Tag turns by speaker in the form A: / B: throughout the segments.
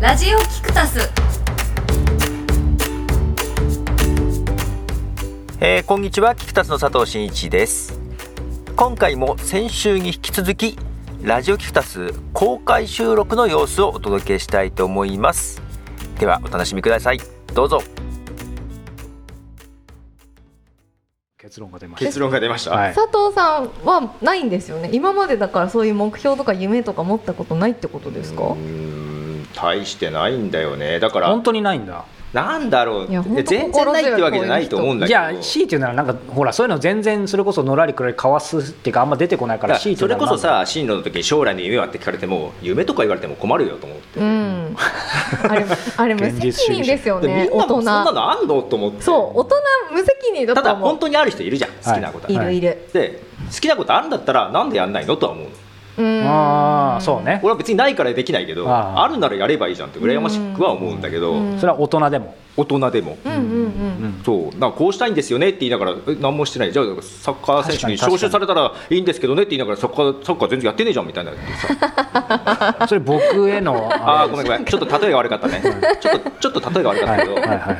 A: ラジオキクタス
B: えーこんにちは菊田の佐藤真一です今回も先週に引き続きラジオ菊田公開収録の様子をお届けしたいと思いますではお楽しみくださいどうぞ
C: 結論が出まし。
D: 結論が出ましたた、
C: はい。
E: 佐藤さんはないんですよね今までだからそういう目標とか夢とか持ったことないってことです
D: う
E: か
D: ーん大してないんだよねだから
C: 本当にないんだ。
D: なんだろう
E: いや本当
D: 全然ないってわけじゃないと思うんだ
C: じ
D: けど
C: ゃあ C っていうならなんかほらそういうの全然それこそのらりくらりかわすっていうかあんま出てこないか
D: だからら
C: C ってい
D: そう
C: の
D: れ
C: は
D: こそ
C: なんだ
D: さ進路の時に将来の夢はって聞かれても夢とか言われても困るよと思って、
E: うんあれ あれ無
C: 現実主
E: 責
C: 義者
E: 任ですよ
D: で
E: ね
D: みんな
E: 大
D: もそんな
E: 人
D: のあんのと思って
E: そう大人無責任だ
D: た
E: と
D: だ
E: 思
D: 本
E: う
D: 当にある人いるじゃん好きなことは、
E: い
C: は
E: る
C: い
E: いる
D: で好きなことあるんだったらなんでやんないのとは思うの
E: うん
C: ああそうね。
D: 俺は別にないからできないけど
C: あ
D: あ
C: あ
D: るならやればいいじゃんって羨ましくは思うんだけど、
E: うん
C: それは大人で も。
D: 大人でも、
E: うんうんうん
D: そうなんかこうしたいんですよねって言いながらえ何もしてないじゃあサッカー選手に
C: 確かに確かに
D: 招集されたらいいんですけどねって言いながらサッカーサッカー全然やってねえじゃんみたいなさ
C: それ僕への
D: あ
C: あ
D: あごめんごめんちょっと例えが悪かったねちょっとちょっと例えが悪かっ
C: は
D: た
C: い
D: けど
C: はいはい
D: だ
C: はい。
D: か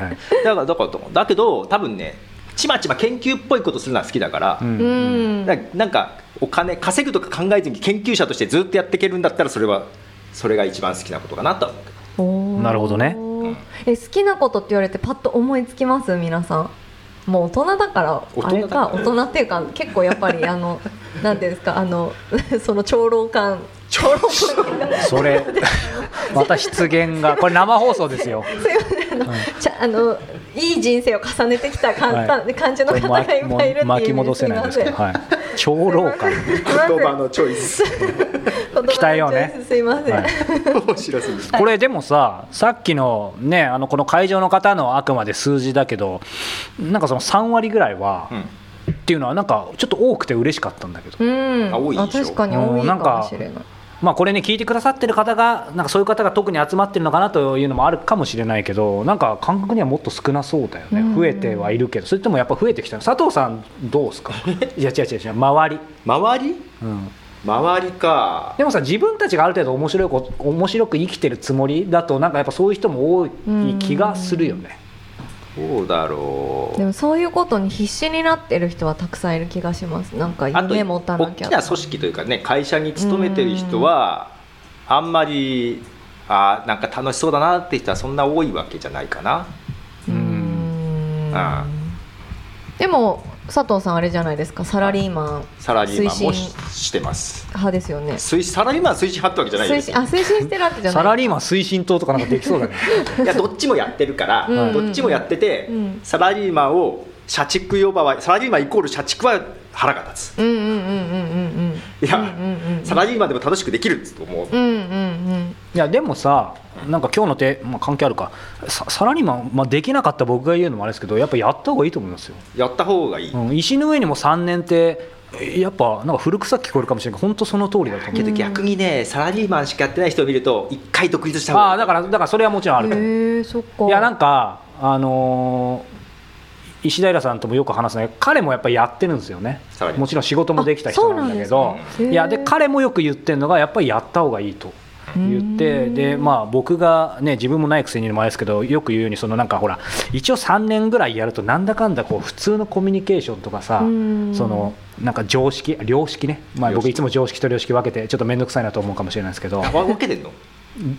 D: らだからだけど多分ねちまちま研究っぽいことするのは好きだから、
C: うん
E: うん
D: だからなんかお金稼ぐとか考えずに研究者としてずっとやっていけるんだったらそれはそれが一番好きなことかなとは思うけど
E: おー
C: なるほどね
E: え好きなことって言われてパッと思いつきます皆さんもう大人だから
D: 大人だ
E: あれか大人っていうか結構やっぱりあのなんていうんですかあの その長老感長老感が
C: それ また失言がこれ生放送ですよ。
E: すいませんあの,、ちゃあのいい人生を重ねてきた簡単、
C: はい
E: 感じの方がいっぱいいるっていう意味
C: 巻き戻せないですけど、はい、長老感、
E: すいません
D: のチョイス
E: 言葉の
C: 期待をね
E: チョイスすいません、
C: はい、
D: 面白すぎる
C: これでもささっきのねあのこの会場の方のあくまで数字だけどなんかその3割ぐらいは、
D: うん
C: っていうのはなんかちょっと多くて嬉しかったんだけど、
E: うん
D: あ多いでしょ
E: あ確かに多いかもしれない
C: まあこれね聞いてくださってる方がなんかそういう方が特に集まってるのかなというのもあるかもしれないけどなんか感覚にはもっと少なそうだよね、
E: うん
C: 増えてはいるけどそれともやっぱ増えてきたの佐藤さんどうですかいや違う違う違う周り、
D: 周り
C: うん、
D: 周りか
C: でもさ自分たちがある程度面白いこと面白く生きてるつもりだとなんかやっぱそういう人も多い気がするよね、
D: どうだろ
E: でもそういうことに必死になってる人はたくさんいる気がしますなんか
D: うあと
E: 夢持たな
D: 大
E: き
D: き
E: ゃ
D: な組織というかね会社に勤めてる人はあんまりあーなんか楽しそうだなって人はそんな多いわけじゃないかな
E: う
D: うん
E: んでも佐藤さんあれじゃないですかサラリーマン
D: サラリーマンも
E: 推
D: し
E: 進
D: してます
E: 派ですよね
D: 推サラリーマンは推進派ってわけじゃない
E: 推
D: です
E: 進あ推進してるわけじゃない
C: サラリーマン推進党とかなんかできそうだね
D: いやどっちもやってるから
E: うん
D: どっちもやってて、
E: うん
D: サラリーマンを社畜呼ばわサラリーマンイコール社畜は腹が立
E: うんうんうんうんうん
D: ついや、
E: うんうんうん
D: サラリーマンでも楽しくできると思う
E: うんうんうん
C: いやでもさなんか今日の手、まあ、関係あるかさサラリーマン、まあ、できなかった僕が言うのもあれですけどやっぱやった方がいいと思いますよ、
D: やった方がいい、
C: うん、石の上にも3年ってえやっぱなんか古臭く聞こえるかもしれないけど本当その通りだと思
D: け
C: う、
D: ど逆にねサラリーマンしかやってない人を見ると一回独立した方がいい
C: ああだからだからそれはもちろんあると思う
E: へえそっか
C: いやなんかあのー石平さんともよく話すね彼もやっぱりやってるんですよね
D: サラリーマン
C: もちろん仕事もできた人なんだけ
E: あそう
C: ど
E: なんですね
C: いやで
E: へー
C: 彼もよく言ってるのがやっぱりやった方がいいと言ってでまあ僕がね自分もないくせに言うのもあれですけどよく言うようにそのなんかほら一応3年ぐらいやるとなんだかんだこう普通のコミュニケーションとかさ
E: うん
C: そのなんか常識良識ね、まあ、
D: 良
C: 僕
D: 識
C: いつも常識と良識分けてちょっと面倒くさいなと思うかもしれないですけど
D: あわ分けてんの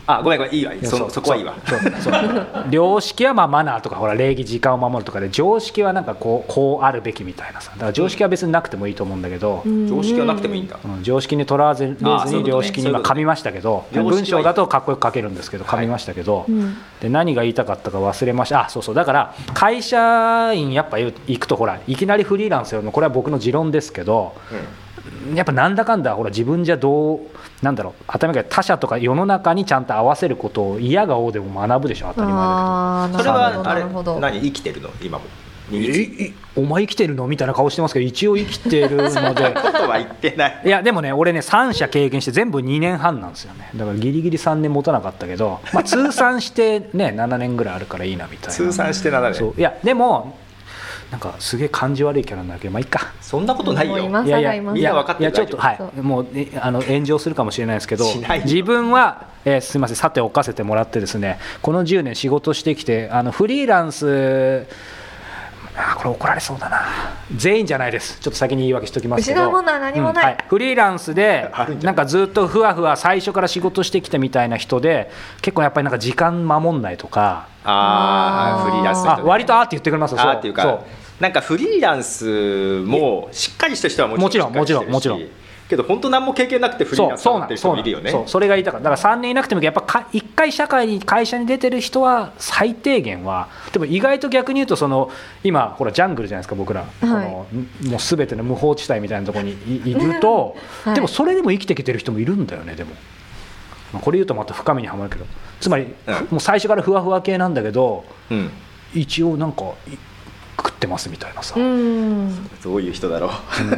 D: あごめんごめんいいわいいそそこはいいわ
C: そうそう そう良識はまあマナーとかほら礼儀時間を守るとかで常識はなんかこ うこうあるべきみたいなさだから常識は別になくてもいいと思うんだけど、
D: 常識はなくてもいいんだ
C: うん常識にとらわれず
D: あーそういうこと
C: に
D: ね
C: 良識に
D: そういう
C: 今
D: ことね
C: 噛みましたけど
D: 良識はいい
C: 文章だとかっこよく書けるんですけど噛みましたけど、
E: うん
C: で何が言いたかったか忘れましたあそうそうだから会社員やっぱ行くとほらいきなりフリーランスよりもこれは僕の持論ですけどやっぱなんだかんだほら自分じゃどうなんだろう頭が他者とか世の中にちゃんと合わせることを嫌がおうでも学ぶでしょ当たり前だ
E: あー
D: それ
E: なるほ
D: は
E: ど
D: あ
E: な
D: れ
E: るほど
D: 何生きてるの今も
C: けど ええお前生きてるのみたいな顔してますけど一応生きてるので
D: ことは言って ない
C: いやでもね俺ね3社経験して全部2年半なんですよねだからギリギリ3年持たなかったけど、まあ、通算してね7年ぐらいあるからいいなみたいな
D: 通算して7年
C: そういやでもなんかすげえ感じ悪いキャラなんだけどまあいいか
D: そんなことない
E: もう
D: よ
E: 今更います
D: みんなわかってる
C: いやちょっとは
E: 大丈夫
C: いもうえあの炎上するかもしれないですけど
D: しないよ
C: 自分は、えーすみませんさておかせてもらってですねこの10年仕事してきてあのフリーランスあーこれ怒られそうだな全員じゃないですちょっと先に言い訳しときますけど
E: 失うものは何もない
C: うんフリーランスで
D: あるんじゃない
C: なんかずっとふわふわ最初から仕事してきたみたいな人で結構やっぱりなんか時間守んないとか
D: あ
E: あ
D: あフ
E: ー
D: リーランスの
C: あ
D: 人ね
C: 割とあーって言ってくれますよ
D: あ
C: そ
D: ーっていうかなんかフリーランスもしっかりした人はもちろん
C: もちろん
D: しっかりしてるし
C: もちろんもち
D: けど本当何も経験なくてフリー
C: そ
D: ラ
C: う
D: ンスに
C: そう
D: な
C: な
D: ってる人もる
C: んそうないん
D: よね
C: そうそれが言いたかっただから3年いなくてもやっぱか1回社会に会社に出てる人は最低限はでも意外と逆に言うとその今ほらジャングルじゃないですか僕ら、このんもう全ての無法地帯みたいなところに いいると、
E: はい
C: でもそれでも生きてきてる人もいるんだよねでも。まあこれ言うとまた深みにはまるけどつまり、
D: うん
C: もう最初からふわふわ系なんだけど
D: うん
C: 一応なんかい食ってますみたいなさ、
E: う
C: い
E: ん
D: どういう人だろう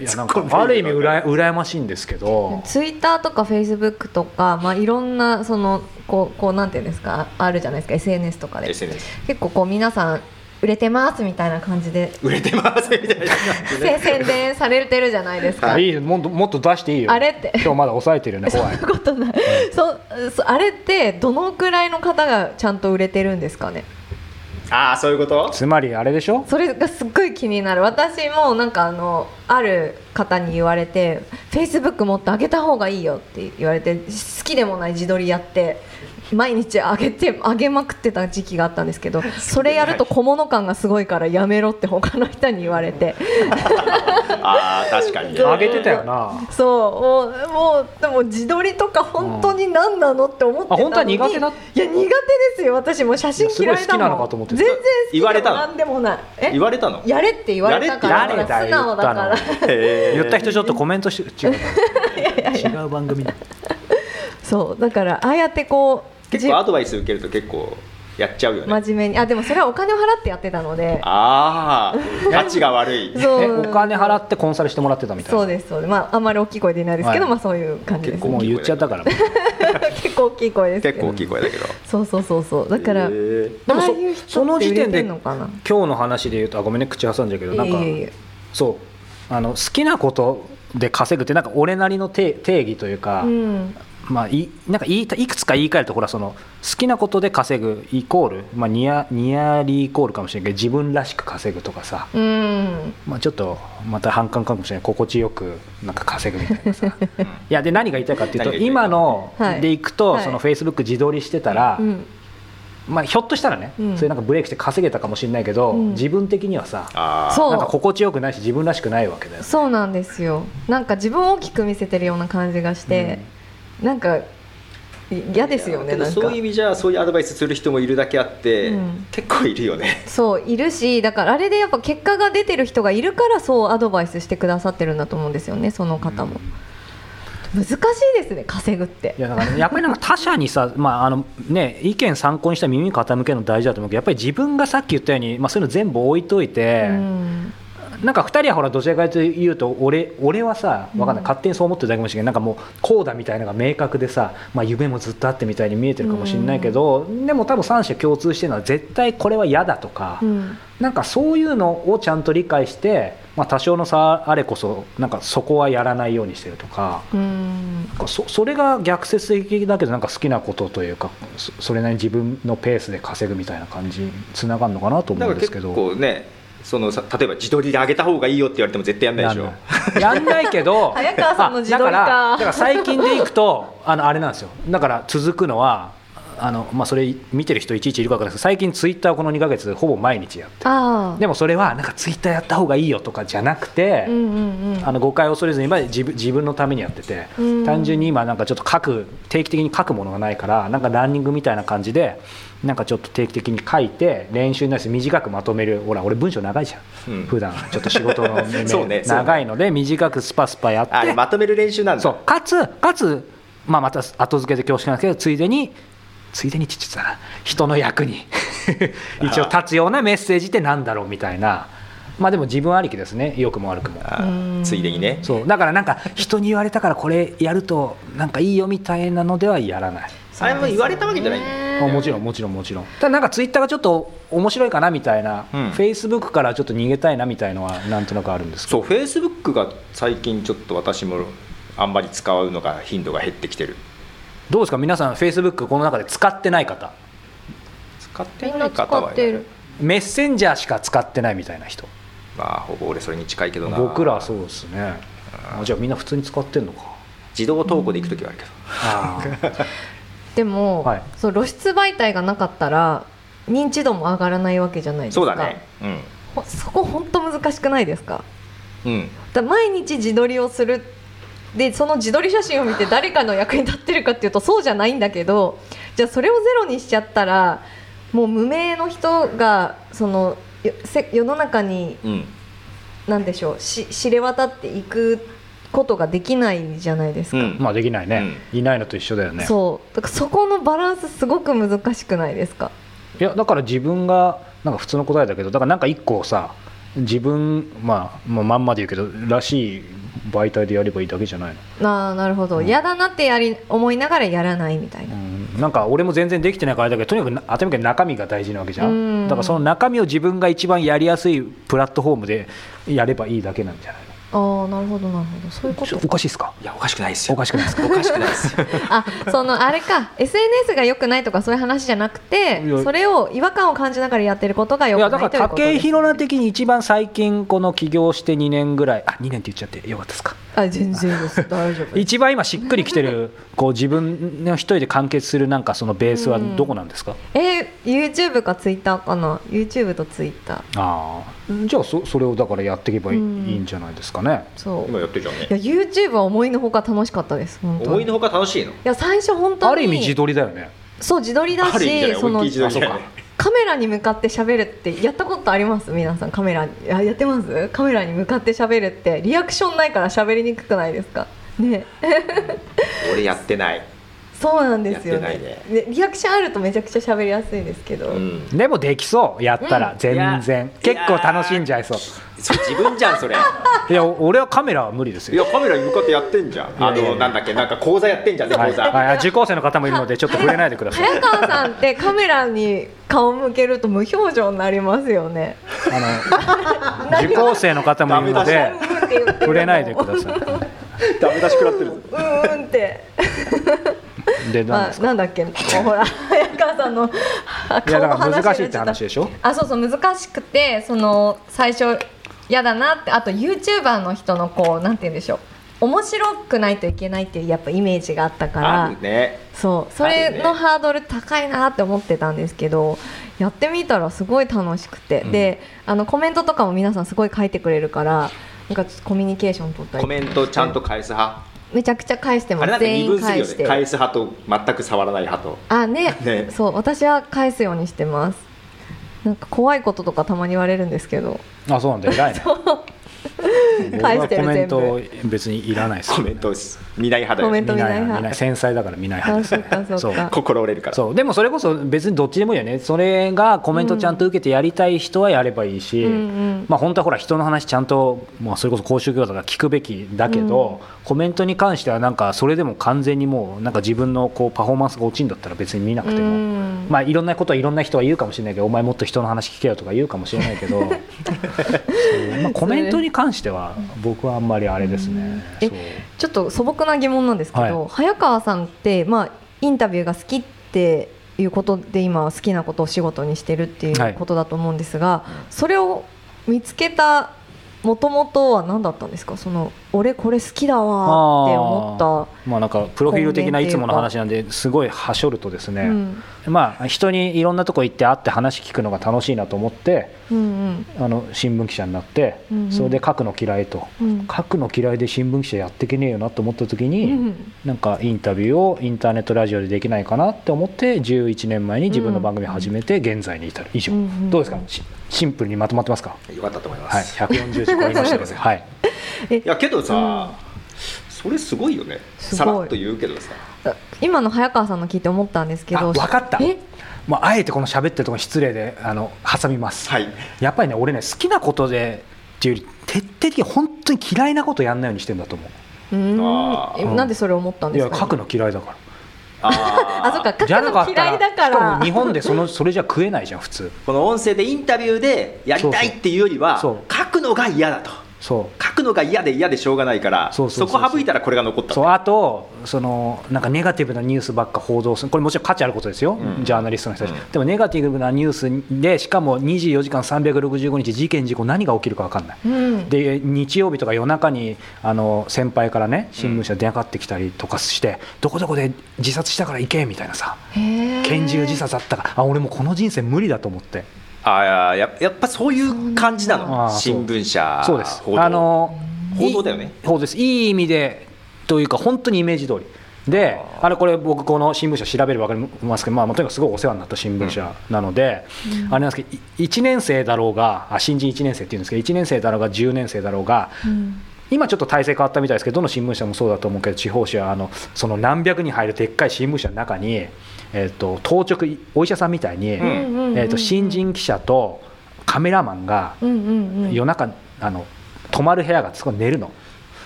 C: やなんかある意味うらや羨ましいんですけど、
E: ツイッターとかフェイスブックとか、まあ、いろんなそのこうこうなんていうんですかあるじゃないですか SNS とか で
D: SNS
E: 結構こう皆さん売れてますみたいな感じで
D: 売れてますみ たいな感じで
E: 宣宣伝されてるじゃないですか。
D: はい
C: いいもっともっと出していいよ
E: あれって
C: 今日まだ抑えてるよね怖い
E: そんなことないそそあれってどのくらいの方がちゃんと売れてるんですかね
D: ああそういうこと
C: つまりあれでしょ
E: それがすっごい気になる私もなんかあのある方に言われてフェイスブックもっと上げた方がいいよって言われて好きでもない自撮りやって毎日上げて上げまくってた時期があったんですけど それやると小物感がすごいからやめろって他の人に言わ れて
D: ああ確かにね
C: 上げてたよな
E: そうもうもうでも自撮りとか本当に何なのって思ってたのに、
C: あ本当は苦手ない
E: や苦手ですよ私もう写真嫌いだもん
C: すごい好きなのかと思ってた
E: 全然好き
D: 言われ
E: で
D: た
E: も
D: の
E: 何でもないえ
D: 言われたの
E: やれって言われたから
D: やれって
C: 言わ
E: 素
C: れた
E: 直だか
C: 言
E: ら
C: った
D: へー
C: 言った人ちょっとコメントして違う違う番組だ
E: そうだからああやってこう
D: 結構アドバイス受けると結構やっちゃうよ
E: じ
D: ね
E: 真面目にあでもそれはお金を払ってやってたので
D: ああ価値が悪い
E: そう
C: えお金払ってコンサルしてもらってたみたい
E: そう
C: な
E: ですそうですまああんまり大きい声で言えないですけど、
C: はい
E: まあそういう感じです
C: もう言っちゃったからで
E: 結構大きい声ですけ
D: 結
E: ど
D: 構大きい声だけど
E: そうそうそうそうだから、
D: へー
E: あ
C: も
E: あ
C: そ
E: いう人
C: その
E: って
C: 時
E: 売れ
C: 点
E: て
C: で
E: んの
C: 今
E: かな
C: 日の話で言うとあごめんね口挟んじゃうけどなん
E: い
C: か
E: えいえいえ
C: そうあの好きなことで稼ぐってなんか俺なりの定定義というか、
E: うん
C: まあ、いなんか言いたいくつか言い換えるとほらその好きなことで稼ぐイコール、まあ、ニアニアリーイコールかもしれないけど自分らしく稼ぐとかさ、
E: うん
C: まあ、ちょっとまた反感かもしれない心地よくなんか稼ぐみたいな さいやで何が言いたいかっていうと
D: 何が言いたい
C: 今の
E: はい
C: でいくと、
E: はい
C: そのフェイスブック自撮りしてたら、
E: うん
C: まあ、ひょっとしたらね、
E: うん
C: それなんかブレイクして稼げたかもしれないけど、
E: うん
C: 自分的にはさ
D: ああ
E: そう
C: なんか心地よくないし自分らしくないわけだよ。
E: そうなんですよなんか自分を大きく見せてるような感じがして、なんかい嫌ですよ
D: い
E: ね
D: やけど
E: なんか
D: そういう意味じゃそういうアドバイスする人もいるだけあって、
E: うん
D: 結構いるよね
E: そういるしだからあれでやっぱ結果が出てる人がいるからそうアドバイスしてくださってるんだと思うんですよねその方も、難しいですね稼ぐって
C: いやだからねやっぱりなんか他者にさ、 まああのね、意見参考にしたら耳傾けるの大事だと思うけどやっぱり自分がさっき言ったように、まあ、そういうの全部置いといて、
E: うん
C: なんか2人はほらどちらかというと俺俺はさわかんない勝手にそう思ってるだけかもしれないけどなんかもうこうだみたいなのが明確でさ、まあ、夢もずっとあってみたいに見えてるかもしれないけど、でも多分3者共通してるのは絶対これは嫌だとか。
E: うん
C: なんかそういうのをちゃんと理解して、まあ、多少の差あれこそなんかそこはやらないようにしてるとか
E: うん
C: なんかそそれが逆説的だけどなんか好きなことというかそそれなりに自分のペースで稼ぐみたいな感じにつながるのかなと思
D: だ
C: う
D: か
C: ん
D: ら
C: です
D: 結
C: けど。
D: 構ねそのさ例えば自撮りで上げた方がいいよって言われても絶対やんないでしょ
C: やんないけど
E: 早川さんの自撮りか
C: あだらだから最近でいくと あのあれなんですよだから続くのはあの、まあ、それ見てる人いちいちいるか分からないですけど最近ツイッターをこの2ヶ月ほぼ毎日やって
E: ああ
C: でもそれはなんかツイッターやった方がいいよとかじゃなくて、
E: うんうんうん
C: あの誤解を恐れずに今自分自分のためにやってて、
E: うん
C: 単純に今なんかちょっと書く定期的に書くものがないからなんかランニングみたいな感じでなんかちょっと定期的に書いて練習になして短くまとめるほら俺文章長いじゃん、
D: うん
C: 普段ちょっと仕事の
D: そ
C: ね
D: うねそうね
C: 長いので短くスパスパやって
D: あれまとめる練習なんだ
C: そうかつかつ、まあ、また後付けで恐縮なんですけどついでについでにちっちゃな人の役 に一応立つようなメッセージってなんだろうみたいなまあでも自分ありきですね良くも悪くも。
D: あ
E: う
D: ー
E: ん
D: ついでにね
C: そうだからなんか人に言われたからこれやるとなんかいいよみたいなのではやらない
D: あれも言われたわけじゃない
E: そうでね
C: あもちろんもちろんもちろんただなんかツイッターがちょっと面白いかなみたいな
D: うん
C: フェイスブックからちょっと逃げたいなみたいのはなんとなくあるんですけ
D: そ
C: ど
D: うフェイスブックが最近ちょっと私もあんまり使うのが頻度が減ってきてる
C: どうですか皆さんフェイスブックこの中で使ってない方
D: 使って
E: みん
D: な
E: ない使
D: 方は
E: っ
D: いな
E: て
D: い
E: る
C: メッセンジャーしか使ってないみたいな人
D: まあほぼ俺それに近いけどな
C: 僕らはそうですねあじゃあみんな普通に使ってんのか
D: 自動投稿で行く時はあるけど、
C: あ ー
E: でも、
C: はい
E: そう露出媒体がなかったら認知度も上がらないわけじゃないです
D: そう
E: か
D: だね
E: ほそこ本当難しくないですか
D: うんうん
E: だ毎日自撮りをするでその自撮り写真を見て誰かの役に立ってるかっていうとそうじゃないんだけどじゃあそれをゼロにしちゃったらもう無名の人がそのよせ世の中に
D: うん
E: 何でしょうし知れ渡っていくことができないじゃないです
D: う
E: か。
D: ん
C: まあできないね、いないのと一緒だよね
E: そうだからそこのバランスすごく難しくないですか
C: いやだから自分がなんか普通の答えだけどだからなんか一個さ自分、まあ、まあまんまで言うけどらしい媒体でやればいいだけじゃないの、
E: ああなるほど
C: うん
E: 嫌、だなってやり思いながらやらないみたいな、
C: うん、なんか俺も全然できてないからあれだけどとにかく頭に中身が大事なわけじゃん、
E: うん
C: だからその中身を自分が一番やりやすいプラットフォームでやればいいだけなんじゃないの
E: ああなるほどなるほどそういうこ
C: ちょ
E: と
C: おかしいですか
D: いやおかしくないです
C: お
D: よ
C: かしくないですか
D: おかしくないですよ
E: あそのあれか SNS が良くないとかそういう話じゃなくて
C: いや
E: それを違和感を感じながらやってることが良
C: い
E: くな
C: や
E: いと
C: だ
E: いう
C: から
E: ことで
C: 筧
E: す
C: 弘奈的に一番最近この起業して2年ぐらいあ2年って言っちゃってよかったですか
E: あ全然です大丈夫です
C: 一番今しっくりきてるこう自分の一人で完結するなんかそのベースはどこなんですか、
E: えー、YouTube か Twitter かな YouTube と Twitter
C: ああじゃあそそれをだからやっていけばいい,、
E: うん
C: いいんじゃないですかね
E: そうい
D: 今やってるじゃん
E: や
D: ね
E: YouTube は思いのほか楽しかったです本当に
D: 思いのほか楽しいの
E: いや最初本当に
C: ある意味自撮りだよね
E: そう自撮りだ
D: ある意味じゃな
E: し
D: い
E: その
D: 思いっきり自撮りだよね
E: あそうかカメラに向かって喋るってやったことあります皆さんカメラにあやってますカメラに向かって喋るってリアクションないから喋りにくくないですかね
D: 俺やってない
E: そうなんですよ
D: やっ
E: ね
D: てない
E: ねリアクションあるとめちゃくちゃ喋りやすいですけど、
D: うん
C: でもできそうやったら
E: うん
C: 全然、
D: いや
C: 結構楽しんじゃいそう
D: それ自分じゃんそれい
C: いやお俺はカメラは無理ですよ
D: やカメラに向かってやってんじゃんあ
C: いやいやい
D: の
C: や
D: なんだっけなんか講座やってんじゃんね
C: は
D: 講
C: い、
D: 座、
C: はい、受講生の方もいるのでちょっと触れないでください
E: 早川さんってカメラに顔向けると無表情になりますよね
C: あの受講生の方もいるので 触れないでくださ
D: ダメ出し食らってる
E: うんうんって
C: いで何
E: ま
C: で
E: あ
C: すか、
E: なんだっけもうほら早川さんのあ
C: いやだ
E: 顔の
C: から
E: 話
C: 難しいって話でしょ
E: あそうそう難しくてその最初嫌だなってあと YouTuber の人のこうなんて言うんでしょう面白くないといけないっていうやっぱイメージがあったから
D: あるね
E: そうそ
D: あ
E: れ
D: るね
E: のハードル高いなって思ってたんですけどやってみたらすごい楽しくて、であのコメントとかも皆さんすごい書いてくれるからなんかちょっとコミュニケーション取ったり
D: コメントちゃんと返す派
E: めちゃくちゃ返して
D: あ
E: ま
D: れな
E: す
D: んか
E: 全
D: 二
E: 員
D: 分する
E: 返
D: よ
E: し
D: ね
E: て
D: 返す派と全く触らない派と
E: あね
D: ね
E: そう私は返すようにしてますなんか怖いこととかたまに言われるんですけど
C: あそうなんだ偉い ね僕
E: 返し
C: は
E: て
C: コ
E: る
C: メン
E: 全
C: ト
E: 部
C: 別にいらないですよ
D: コメントを見ない派だよ
E: コメ
D: ね
E: ント
C: 見ない
E: 見ない
C: 見ない繊細だから見ない派ですね
E: あそっかそっか
D: 心折れるから
C: そうでもそれこそ別にどっちでもいいよねそれがコメントちゃんと受けてやりたい人はやればいいし、
E: うんうん
C: まあ、本当はほら人の話ちゃんと、まあ、それこそ公衆教座が聞くべきだけど、コメントに関してはなんかそれでも完全にもうなんか自分のこうパフォーマンスが落ちるんだったら別に見なくても、
E: うん
C: まあ、いろんなことはいろんな人は言うかもしれないけどお前もっと人の話聞けよとか言うかもしれないけ ど、そうまあ、コメントに関しては僕はあんまりあれですね。
E: うん
C: そ
E: え
C: う
E: ちょっと素朴な疑問なんですけど、
C: は
E: 早川さんって、まあ、インタビューが好きっていうことで今好きなことを仕事にしてるってい
C: は
E: う
C: い
E: ことだと思うんですが、それを見つけたもともとは何だったんですかその俺これ好きだわーって思った。
C: まあなんかプロフィール的ないつもの話なんですごいはしょるとですね、
E: うん
C: まあ人にいろんなとこ行って会って話聞くのが楽しいなと思って
E: うんうん
C: あの新聞記者になって、
E: うんうん
C: それで書くの嫌いと、
E: うん
C: 書くの嫌いで新聞記者やってけねえよなと思った時に、
E: うん
C: なんかインタビューをインターネットラジオでできないかなって思って11年前に自分の番組始めて現在に至る以上、
E: うんうん
C: どうですかしシンプルにまとまってますか、
D: よかったと思いま
C: はい、
D: す、
C: 140字超えましたけ ど、はい、
D: い、やけどさ、
E: うん
D: それすごいよね
E: すごい
D: さらっと言うけどさ
E: 今の早川さんの聞いて思ったんですけ
C: あ
E: ど
C: 分かった
E: え
C: まあ、あえてこの喋ってるところ失礼であの挟みます、
D: はい
C: やっぱりね俺ね好きなことでっていうより徹底的に本当に嫌いなことやんないようにしてんだと思う
E: うーん
D: あー
E: えなんでそれを思ったん
C: い
E: です
C: や
E: か
C: 書くの嫌いだから
D: ああ
E: あそっか書く
C: じゃなか
E: の
C: った
E: 嫌
C: ら
E: い
C: し
E: だか
C: からも日本でそのそれじゃ食えないじゃん普通
D: この音声でインタビューでやりたいっていうよりは
C: そう
D: 書くのが嫌だと
C: そう
D: 書くのが嫌で嫌でしょうがないから
C: そうそうそうそう
D: こ省いたらこれが残った
C: そうあとそのなんかネガティブなニュースばっか報道するこれもちろん価値あることですよ、
D: うん
C: ジャーナリストの人たち、
D: うん
C: でもネガティブなニュースでしかも24時間365日事件事故何が起きるか分かんない、
E: うん
C: で日曜日とか夜中にあの先輩からね新聞社に電話かかってきたりとかして、どこどこで自殺したから行けみたいなさ拳銃自殺あったからあ俺もうこの人生無理だと思って
D: ああややっぱそういう感じな
E: そう
C: なん
D: の
C: だ
D: 新聞社
C: そうです
D: 報道
C: あの
D: 報道だよね
C: い報道ですいい意味でというか本当にイメージ通りであれこれ僕この新聞社調べれば分かりますけど、まあ、とにかくすごいお世話になった新聞社なので、あれなんですけど1年生だろうがあ新人1年生っていうんですけど1年生だろうが10年生だろうが
E: うん
C: 今ちょっと体制変わったみたいですけどどの新聞社もそうだと思うけど地方紙はあのその何百人入るでっかい新聞社の中に、えっと当直いお医者さんみたいに、
D: うん
C: えっと新人記者とカメラマンが
E: うんうんうん
C: 夜中あの泊まる部屋がそこに寝るの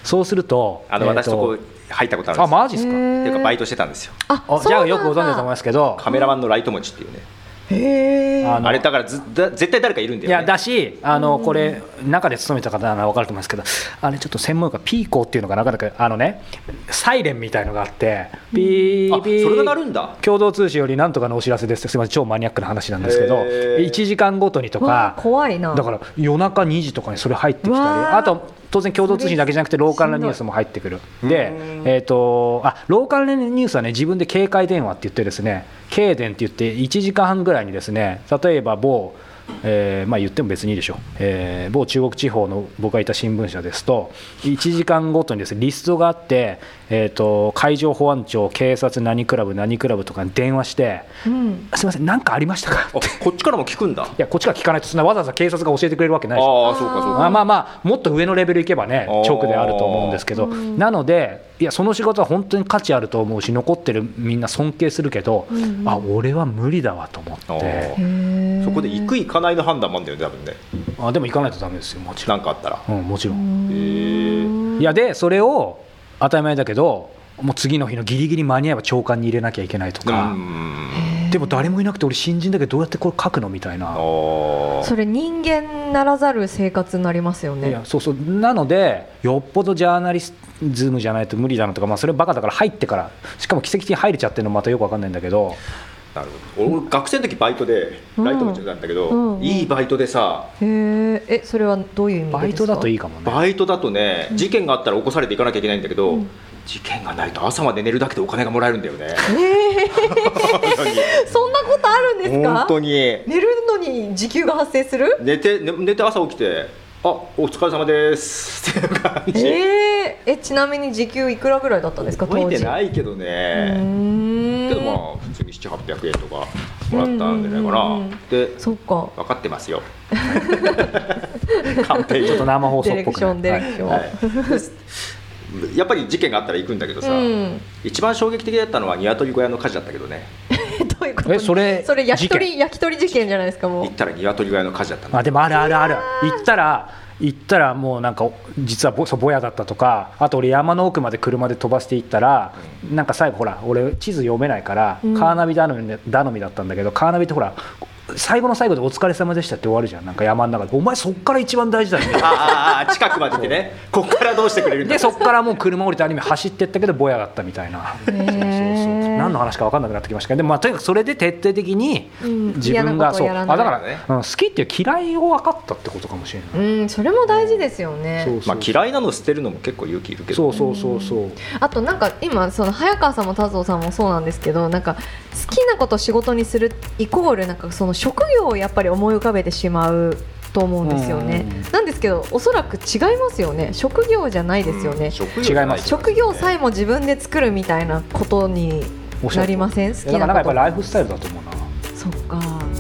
C: そうすると
D: あの
C: えー
D: 私とこ入ったことあるん
C: あ
D: ですよ
C: マジですか
E: へー
D: っていうかバイトしてたんですよ
E: あ
C: あじゃあよくご存知だと思いますすけど
D: カメラマンのライト持ちっていうね
E: へえ
C: あの
D: あれだからずだ絶対誰かいるんだ
C: い
D: よ、ね、
C: やだしあのこれ中で勤めた方なら分かると思いますけどあれちょっと専門家ピーコーっていうのがなかなかあのねサイレンみたいのがあってピ
D: あ
C: ー
D: そ
C: ピー
D: れがなるんだ
C: 共同通信よりなんとかのお知らせですすみません超マニアックな話なんですけど
D: へー
C: 1時間ごとにと
E: うわ
C: か
E: 怖いな
C: だから夜中2時とかにそれ入ってきたり
E: うわー
C: あと当然共同通信だけじゃなくてローカルなニュースも入ってくるで、えー、とあローカルなニュースはね自分で警戒電話って言ってですね経電って言って1時間半ぐらいにですね例えば某えーまあ言っても別にいいでしょう、えー某中国地方の僕がいた新聞社ですと1時間ごとにです、ね、リストがあって、えー、と海上保安庁警察何クラブ何クラブとかに電話して
E: うん
C: すみません何かありましたか
D: あこっちからも聞くんだあ
C: いやこっちが聞かないとそんなわざわざ警察が教えてくれるわけないでしょ
D: あそうかそうか
C: まあまあまあもっと上のレベルいけばね
D: あー
C: 直であると思うんですけど
E: うん
C: なのでいやその仕事は本当に価値あると思うし残ってるみんな尊敬するけど、
E: うんうん
C: あ俺は無理だわと思っ
D: あ
C: て
D: ーそこで行く行かないの判断もあんだよね多分ね
C: あでも行かないとダメですよもちろ
D: なんんかあったら
C: うんもちろん
D: へー
C: いやでそれを当たり前だけどもう次の日のギリギリ間に合えば朝刊に入れなきゃいけないと
D: う
C: か、
D: ん
C: でも誰もいなくて俺新人だけどどうやってこれ書くのみたいな
D: あー
E: それ人間ならざる生活になりますよ
C: い
E: ね
C: やそうそうなのでよっぽどジャーナリズムじゃないと無理だなとか、まあ、それバカだから入ってからしかも奇跡的に入れちゃってるのまたよくわかんないんだけど
D: なるほど俺学生の時バイトで
E: うん
D: ライトもやってたんだけど、
E: うんうん
D: いいバイトでさ
E: へええそれはどういう意味でですか
C: バイトだといいかもね
D: バイトだとね事件があったら起こされていかなきゃいけないんだけど、
E: うん
D: 事件がないと朝まで寝るだけでお金がもらえるんだよね
E: そんなことあるん ですか
D: 本当に
E: 寝るのに時給が発生する
D: 寝て寝寝て朝起きてあお疲れ様ですっていう感
E: え
D: じ、
E: ええちなみに時給いくらぐらいだったんですか
D: 覚えて
E: 当時
D: ないけど
E: う
D: ね
E: ーん
D: けどまあ普通に700800円とかもらったんじゃないかな、
E: うんうんうん
D: で
E: そっか
D: 分かってます よ完璧
C: ちょっと生放送っぽく
E: ディレ
C: な
E: クションディレクショ
C: い
E: ン
D: はいやっぱり事件があったら行くんだけど
E: う
D: さ、
E: ん
D: 一番衝撃的だったのは鶏小屋の火事だったけどね
E: えどういうこと
C: えそれ
E: それ焼き
C: 事
E: 鳥焼き鳥事件じゃないですかも
D: 行ったら鶏小屋の火事だったの
C: あでもあるあるある行ったら行ったらもうなんか実はぼそうぼやだったとかあと俺山の奥まで車で飛ばして行ったら、なんか最後ほら俺地図読めないから、
E: うん
C: カーナビ頼みで頼みだったんだけどカーナビってほら最後の最後で「お疲れ様でした」って終わるじゃんなんか山の中で「お前そっから一番大事だね」
D: あああ近くまで来て ねこっからどうしてくれるんだ
C: でそっからもう車降りてアニメ走ってったけどぼやだったみたいなそうそうそう
E: ー
C: 何の話か分かんなくなってきましたけどでもまあとにかくそれで徹底的に
E: うん
C: 自分が、
E: 嫌なこと
C: そう
E: をやら
C: あ
E: ない
C: だから、
D: ね
C: うん、好きっていう嫌いを分かったってことかもしれない、
E: うんそれも大事ですよね
C: そうそ
D: ま
C: う
D: あ嫌いなの捨てるのも結構勇気いるけ
C: そ
D: ど
C: うそうそうそう
E: あとなんか今その早川さんも田蔵さんもそうなんですけどなんか好きなことを仕事にするイコールなんかその職業をやっぱり思い浮かべてしまうと思うんですよね
C: う
E: なんですけどおそらく違いますよね職業じゃないですよね
D: 職業じゃな
C: 違います
E: 職業さ
D: え
E: えも自分で作るみたいなことに
C: おっしゃる
E: な
C: 通
E: り
C: り
E: ません好
C: いやだ
E: き
C: からなんか
E: な
C: やっ
E: こ
C: ぱライフ
E: と
C: スタイルだと思うな
E: そっか